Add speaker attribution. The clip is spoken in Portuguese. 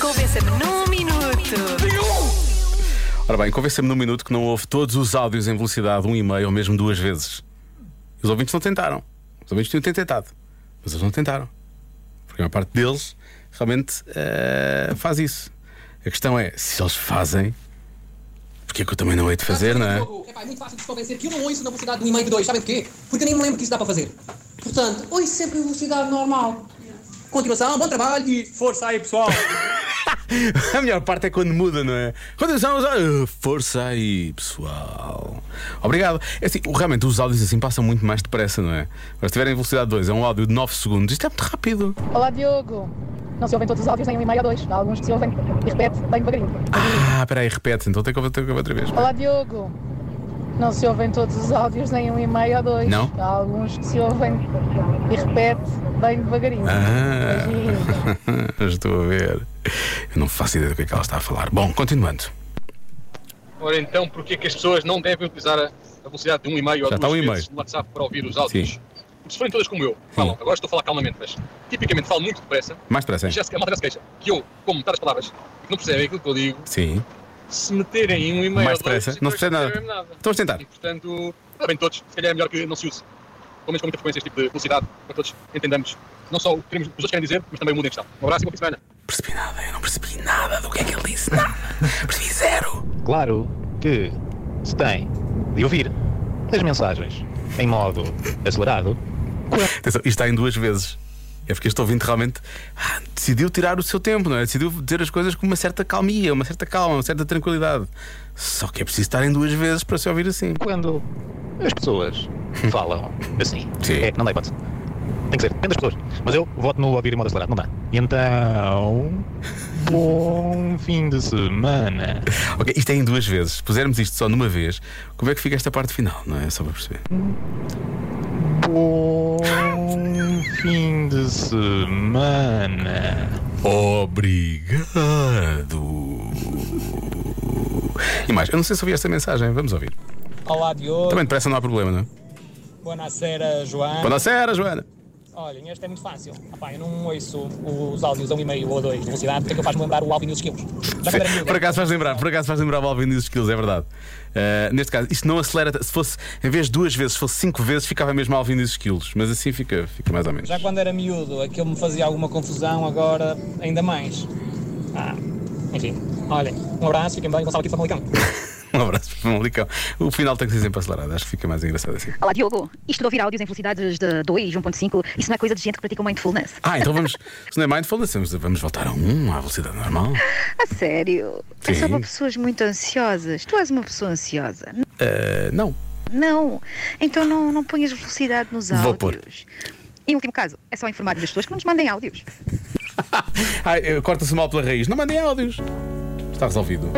Speaker 1: Convença-me num minuto.
Speaker 2: Ora bem, convença-me num minuto que não houve todos os áudios em velocidade um e meio ou mesmo duas vezes. Os ouvintes não tentaram. Os ouvintes tinham tentado. Mas eles não tentaram. Porque a maior parte deles realmente eh, faz isso. A questão é, se eles fazem, porque é que eu também não hei de fazer, não é?
Speaker 3: É pá, é muito fácil de se convencer que eu não ouço na velocidade do e-mail de 2, sabem porquê? Porque eu nem me lembro que isso dá para fazer. Portanto, ouço sempre em velocidade normal. Continuação, bom trabalho e força aí, pessoal!
Speaker 2: A melhor parte é quando muda, não é? Condição, eh, força aí, pessoal. Obrigado. É assim, o- realmente os áudios assim passam muito mais depressa, não é? Agora, se tiverem velocidade 2, é um áudio de 9 segundos, isto é muito rápido.
Speaker 4: Olá Diogo! Não se ouvem todos os áudios, nem um e meio ou dois. Há alguns que se ouvem e repete bem devagarinho.
Speaker 2: Ah, espera aí, repete, então tem que ouvir tem que ouvir outra vez.
Speaker 4: Olá Diogo! Não se ouvem todos os áudios, nem um e meio ou dois.
Speaker 2: Não?
Speaker 4: Há alguns que se ouvem e repete bem devagarinho. Beijinhos.
Speaker 2: Ah, estou a ver. Eu não faço ideia do que é que ela está a falar. Bom, continuando.
Speaker 5: Ora então, porquê que as pessoas não devem utilizar a a velocidade de um e-mail ou
Speaker 2: Já está
Speaker 5: duas
Speaker 2: um e-mail.
Speaker 5: vezes no WhatsApp para ouvir os áudios?
Speaker 2: Sim.
Speaker 5: Porque se forem todas como eu, falam. Agora estou a falar calmamente, mas tipicamente falo muito depressa.
Speaker 2: Mais depressa, hein?
Speaker 5: Já se, a malta já se queixa que eu, como muitas palavras, que não percebem aquilo que eu digo,
Speaker 2: Sim.
Speaker 5: se meterem em um e-mail
Speaker 2: Mais
Speaker 5: ou dois,
Speaker 2: depressa,
Speaker 5: e
Speaker 2: não
Speaker 5: depois
Speaker 2: se percebe nada.
Speaker 5: percebem nada.
Speaker 2: Estamos a tentar.
Speaker 5: E portanto, está bem todos, se calhar é melhor que não se use. Pelo menos com muita frequência este tipo de velocidade, para que todos entendamos não só o que queremos- os outros querem dizer, mas também o mundo em questão. Um abraço e boa fim de semana.
Speaker 2: Percebi nada, eu não percebi nada do que é que ele disse. Nada. Percebi zero.
Speaker 6: Claro que se tem de ouvir as mensagens em modo acelerado.
Speaker 2: Atenção, isto está em duas vezes. É porque este ouvinte realmente ah, decidiu tirar o seu tempo, não é? Decidiu dizer as coisas com uma certa calmia, uma certa calma, uma certa tranquilidade. Só que é preciso estar em duas vezes para se ouvir assim.
Speaker 6: Quando as pessoas falam assim,
Speaker 2: Sim.
Speaker 6: é, não dá hipótese. Tem que ser, depende das pessoas. Mas eu voto no ouvir em modo acelerado, não dá. E então, bom fim de semana.
Speaker 2: Ok, isto é em duas vezes. Se pusermos isto só numa vez, como é que fica esta parte final, não é? Só para perceber.
Speaker 6: Bom fim de semana.
Speaker 2: Obrigado. E mais, eu não sei se ouvi esta mensagem, vamos ouvir.
Speaker 7: Olá Diogo,
Speaker 2: Também depressa não há problema, não é?
Speaker 7: boa nascera João.
Speaker 2: Boa noite, era, Joana.
Speaker 7: Olhem, este é muito fácil. Rapaz, eu não ouço os áudios a um e-mail ou a dois de velocidade, porque é que eu faço-me lembrar o Alvin e os esquilos. Já quando era miúdo,
Speaker 2: Por acaso faz lembrar, por acaso faz lembrar o Alvin e os Skills, é verdade. Uh, neste caso, isto não acelera, t- se fosse em vez de duas vezes, se fosse cinco vezes, ficava mesmo Alvin e os Skills, mas assim fica, fica mais ou menos.
Speaker 7: Já quando era miúdo, aquilo me fazia alguma confusão, agora ainda mais. Ah, enfim. Olhem, um abraço, fiquem bem, Gonçalo aqui para Malicão.
Speaker 2: Um abraço para o Malicão. O final tem que ser sempre acelerado, acho que fica mais engraçado assim.
Speaker 8: Olá, Diogo. Isto de ouvir áudios em velocidades de 2, 1.5, isso não é coisa de gente que pratica o mindfulness.
Speaker 2: Ah, então vamos, se não é mindfulness, vamos, vamos voltar a um, à velocidade normal.
Speaker 8: A sério? É
Speaker 2: Sim.
Speaker 8: só para pessoas muito ansiosas. Tu és uma pessoa ansiosa. N-
Speaker 2: Uh, não.
Speaker 8: Não. Então não, não ponhas velocidade nos áudios.
Speaker 2: Vou pôr.
Speaker 8: Em último caso, é só informar as pessoas que não nos mandem áudios.
Speaker 2: Ah, eh, corta-se mal pela raiz. Não mandem áudios. Está resolvido.